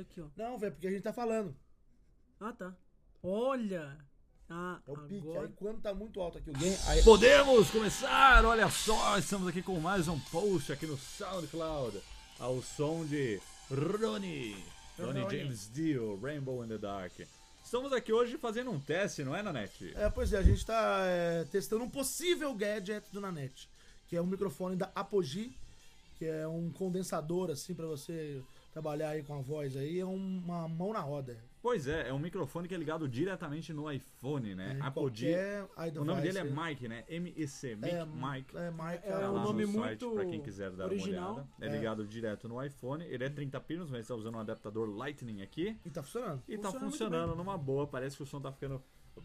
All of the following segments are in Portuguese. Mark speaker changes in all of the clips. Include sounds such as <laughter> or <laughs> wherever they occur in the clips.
Speaker 1: Aqui, ó.
Speaker 2: Não, velho, porque a gente tá falando.
Speaker 1: Ah, tá. Olha! Ah,
Speaker 2: É o pique. Aí
Speaker 1: agora...
Speaker 2: quando tá muito alto aqui o game. Aí...
Speaker 3: Podemos começar! Olha só, estamos aqui com mais um post aqui no SoundCloud. Ao som de Ronnie. Ronnie
Speaker 2: Ronnie.
Speaker 3: James Dio, Rainbow in the Dark. Estamos aqui hoje fazendo um teste, não é, Nanete?
Speaker 2: É, pois é, a gente tá é, testando um possível gadget do Nanete, que é um microfone da Apogee, que é um condensador, assim, pra você trabalhar aí com a voz aí. É uma mão na roda.
Speaker 3: Pois é, é um microfone que é ligado diretamente no iPhone, né?
Speaker 2: Em
Speaker 3: Apogee.
Speaker 2: É, qualquer i
Speaker 3: O nome
Speaker 2: device,
Speaker 3: dele é
Speaker 2: né?
Speaker 3: Mike, né? M-E-C, Mic
Speaker 2: É,
Speaker 3: Mike.
Speaker 2: É, Mike.
Speaker 1: É
Speaker 2: tá
Speaker 3: Tá
Speaker 1: um
Speaker 3: lá
Speaker 2: lá.
Speaker 1: nome
Speaker 3: no site
Speaker 1: muito
Speaker 3: pra quem quiser dar
Speaker 1: original.
Speaker 3: uma olhada. É, ligado direto no iPhone. Ele é 30 pinos, mas está usando um adaptador Lightning aqui.
Speaker 2: E tá funcionando.
Speaker 3: E tá
Speaker 1: Funciona muito
Speaker 3: funcionando numa boa. Parece que o som tá ficando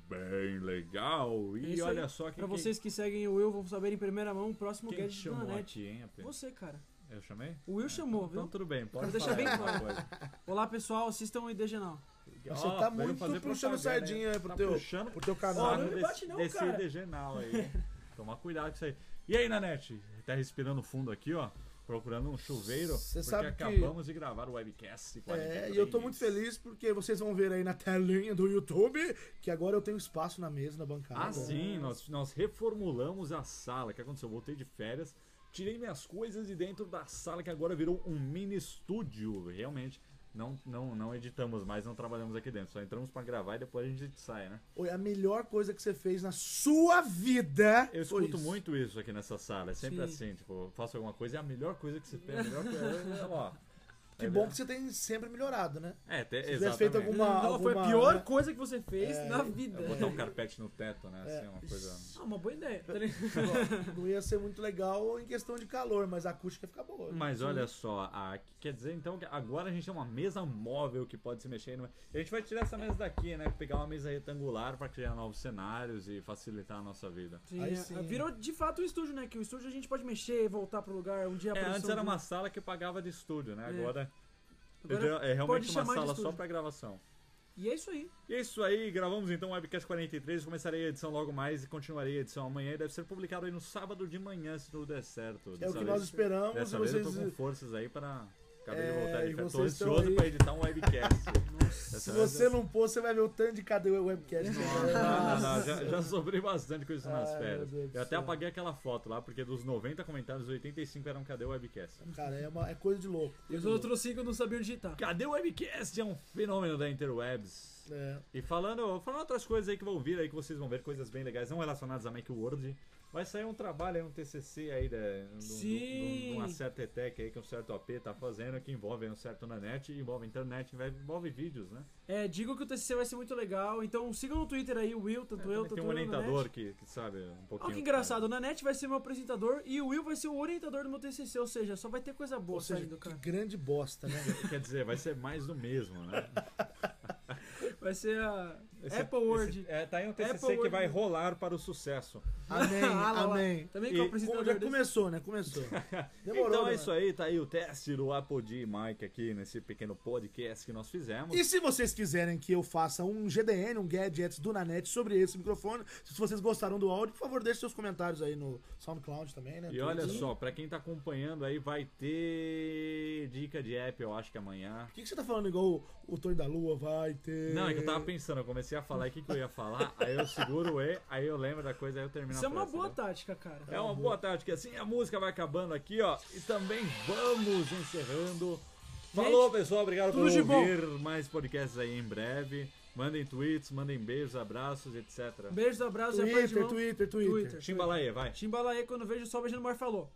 Speaker 3: bem legal.
Speaker 1: É
Speaker 3: E
Speaker 1: isso aí.
Speaker 3: olha só que
Speaker 1: Pra vocês que seguem o Will, vão saber em primeira mão o próximo
Speaker 3: quem, quem te
Speaker 1: gadget do
Speaker 3: chamou
Speaker 1: Nanete.
Speaker 3: aqui, hein? AP?
Speaker 1: Você, cara.
Speaker 3: Eu chamei?
Speaker 1: O Will chamou,
Speaker 3: Então
Speaker 1: viu?
Speaker 3: tudo bem, pode
Speaker 1: Vou deixar
Speaker 3: falar
Speaker 1: bem
Speaker 3: alguma
Speaker 1: claro.
Speaker 3: coisa.
Speaker 1: Olá, pessoal. Assistam o IDGenal.
Speaker 2: Você
Speaker 3: Ó,
Speaker 2: tá
Speaker 3: veio
Speaker 2: muito
Speaker 3: fazer
Speaker 2: puxando
Speaker 3: propaganda, hein?
Speaker 2: sardinha aí pro
Speaker 3: Tá
Speaker 2: teu-
Speaker 3: puxando
Speaker 2: pro teu canal. né?
Speaker 3: Ó,
Speaker 1: Não
Speaker 3: não
Speaker 1: me bate não,
Speaker 3: desse
Speaker 1: cara.
Speaker 3: degenal aí. <laughs> hein? Tomar cuidado com isso aí. E aí, Nanete? Tá respirando fundo aqui, ó. Procurando um chuveiro.
Speaker 2: Cê
Speaker 3: porque
Speaker 2: sabe que-
Speaker 3: acabamos de gravar o webcast.
Speaker 2: É,
Speaker 3: 43.
Speaker 2: e eu tô muito feliz porque vocês vão ver aí na telinha do YouTube que agora eu tenho espaço na mesa, na bancada.
Speaker 3: Ah, sim, nós, nós reformulamos a sala. O que aconteceu? Eu voltei de férias, tirei minhas coisas de dentro da sala que agora virou um mini estúdio. Realmente, não, não, não editamos mais, não trabalhamos aqui dentro. Só entramos pra gravar e depois a gente sai, né?
Speaker 2: Foi a melhor coisa que você fez na sua vida.
Speaker 3: Eu
Speaker 2: foi
Speaker 3: escuto
Speaker 2: isso.
Speaker 3: muito isso aqui nessa sala. É sempre
Speaker 1: Sim.
Speaker 3: assim, tipo, eu faço alguma coisa, é a melhor coisa que você tem, a melhor coisa. Ó,
Speaker 2: Que
Speaker 3: é
Speaker 2: bom
Speaker 3: verdade.
Speaker 2: que você tem sempre melhorado, né?
Speaker 3: É, te,
Speaker 2: Se tivesse feito
Speaker 3: exatamente.
Speaker 2: alguma.
Speaker 1: Não, foi a
Speaker 2: alguma-
Speaker 1: pior coisa que você fez
Speaker 2: É,
Speaker 1: na
Speaker 3: É,
Speaker 1: vida.
Speaker 3: Botar um carpete no teto, né? Assim, é uma coisa.
Speaker 1: Ah, uma boa ideia. Tá
Speaker 2: <laughs>
Speaker 1: ligado?
Speaker 2: Não ia ser muito legal em questão de calor, mas a acústica fica boa.
Speaker 3: Mas
Speaker 2: Uhum.
Speaker 3: olha só, a- quer dizer então que agora a gente tem uma mesa móvel que pode se mexer. numa- A gente vai tirar essa mesa daqui, né? Pegar uma mesa retangular para criar novos cenários e facilitar a nossa vida.
Speaker 1: Sim,
Speaker 2: Aí
Speaker 1: é.
Speaker 2: sim.
Speaker 1: Virou de fato um estúdio, né? Que o estúdio a gente pode mexer, voltar pro lugar. Um dia a
Speaker 2: Tá
Speaker 3: É,
Speaker 1: produção
Speaker 3: antes era
Speaker 2: né?
Speaker 1: do-
Speaker 3: uma sala que pagava de estúdio, né?
Speaker 1: É.
Speaker 3: Agora,
Speaker 1: Agora
Speaker 3: é realmente
Speaker 1: pode
Speaker 3: uma
Speaker 1: chamar de
Speaker 3: sala só
Speaker 1: estúdio.
Speaker 3: para gravação.
Speaker 1: E é isso aí.
Speaker 3: E é isso aí, gravamos então o Webcast 43, começarei a edição logo mais e continuarei a edição amanhã e deve ser publicado aí no sábado de manhã, se tudo der certo.
Speaker 2: é o
Speaker 3: Dessa
Speaker 2: que
Speaker 3: vez-
Speaker 2: nós esperamos
Speaker 3: Dessa
Speaker 2: e
Speaker 3: vez
Speaker 2: vocês.
Speaker 3: eu tô com forças aí para... Acabei de
Speaker 2: É,
Speaker 3: voltar
Speaker 2: e
Speaker 3: de férias, tô
Speaker 2: vocês estão
Speaker 3: ansioso
Speaker 2: aí.
Speaker 3: pra editar um
Speaker 2: <laughs>
Speaker 3: webcast.
Speaker 1: Nossa.
Speaker 3: Dessa
Speaker 2: Se
Speaker 3: vez
Speaker 2: você não pôs, você vai ver o tanto de cadê o webcast. né?
Speaker 3: Não, não, não, já, já sofri bastante com isso nas
Speaker 2: Ai,
Speaker 3: férias.
Speaker 2: meu Deus do
Speaker 3: Eu até
Speaker 2: céu.
Speaker 3: apaguei aquela foto lá, porque dos 90 comentários, 85 eram cadê o webcast?
Speaker 2: Cara, é, uma, é coisa de
Speaker 1: E
Speaker 2: louco. coisa
Speaker 1: os
Speaker 2: de louco.
Speaker 1: outros cinco não sabiam digitar.
Speaker 3: Cadê o webcast? É um fenômeno da Interwebs.
Speaker 2: É.
Speaker 3: E falando, falando outras coisas aí que vão vir aí, que vocês vão ver, coisas bem legais, não relacionadas a Macworld. Vai sair um trabalho aí, um TCC aí, da, do- do-
Speaker 1: Sim.
Speaker 3: do- de uma certa ETEC aí que um certo AP tá fazendo, que envolve um certo Nanet, envolve internet, envolve, envolve vídeos, né?
Speaker 1: É, digo que o TCC vai ser muito legal. Então sigam no Twitter aí, o Will, tanto eu,
Speaker 3: Também
Speaker 1: tanto
Speaker 3: tem um
Speaker 1: eu,
Speaker 3: orientador
Speaker 1: Nanete.
Speaker 3: que, que sabe um pouquinho.
Speaker 1: Olha que engraçado, o Nanete vai ser meu apresentador e o Will vai ser o orientador do meu TCC, ou seja, só vai ter coisa boa
Speaker 2: Ou seja,
Speaker 1: saindo,
Speaker 2: que
Speaker 1: cara.
Speaker 2: grande bosta,
Speaker 1: <laughs>
Speaker 2: né?
Speaker 3: Quer dizer, vai ser mais do mesmo, né?
Speaker 1: Vai ser a
Speaker 3: Esse-
Speaker 1: Apple Word.
Speaker 3: esse- é, tá aí um TCC
Speaker 1: Apple
Speaker 3: que
Speaker 1: Word.
Speaker 3: vai rolar para o sucesso.
Speaker 2: Amém,
Speaker 1: Ah, lá, lá.
Speaker 2: amém.
Speaker 1: Também que é o
Speaker 2: Como
Speaker 3: E-
Speaker 1: apresentador
Speaker 2: já
Speaker 1: desse.
Speaker 2: começou, né?
Speaker 3: <laughs>
Speaker 2: Começou. Demorou.
Speaker 3: então é
Speaker 2: né,
Speaker 3: isso aí, tá aí o teste do Apodi Mike aqui nesse pequeno podcast que nós fizemos.
Speaker 2: E se vocês quiserem que eu faça um GDN, um Gadgets do Nanete sobre esse microfone, se vocês gostaram do áudio, por favor, deixe seus comentários aí no SoundCloud também, né?
Speaker 3: E
Speaker 2: Tudo.
Speaker 3: olha só, pra quem tá acompanhando aí, vai ter dica de app, eu acho que amanhã.
Speaker 2: O que, que você tá falando igual o, o Tony da Lua vai ter?
Speaker 3: Não, é que eu tava pensando, eu comecei a falar o que, que eu ia falar, aí eu seguro o E, aí eu lembro da coisa, aí eu termino a
Speaker 1: Isso é uma
Speaker 3: frase,
Speaker 1: boa
Speaker 3: né?
Speaker 1: tática, cara.
Speaker 3: É uma boa tática, assim a música vai acabando aqui, ó. E também vamos encerrando. Falou, pessoal. Obrigado por
Speaker 1: tudo de bom.
Speaker 3: ouvir mais podcasts aí em breve. Mandem tweets, mandem beijos, abraços, etc.
Speaker 1: Beijos, abraços e aperto de
Speaker 2: Twitter,
Speaker 1: mão.
Speaker 2: Twitter, Twitter.
Speaker 1: Twitter.
Speaker 3: Chimbalaia, vai.
Speaker 1: Timbalaê, quando vejo o sol beijando o mar, falou.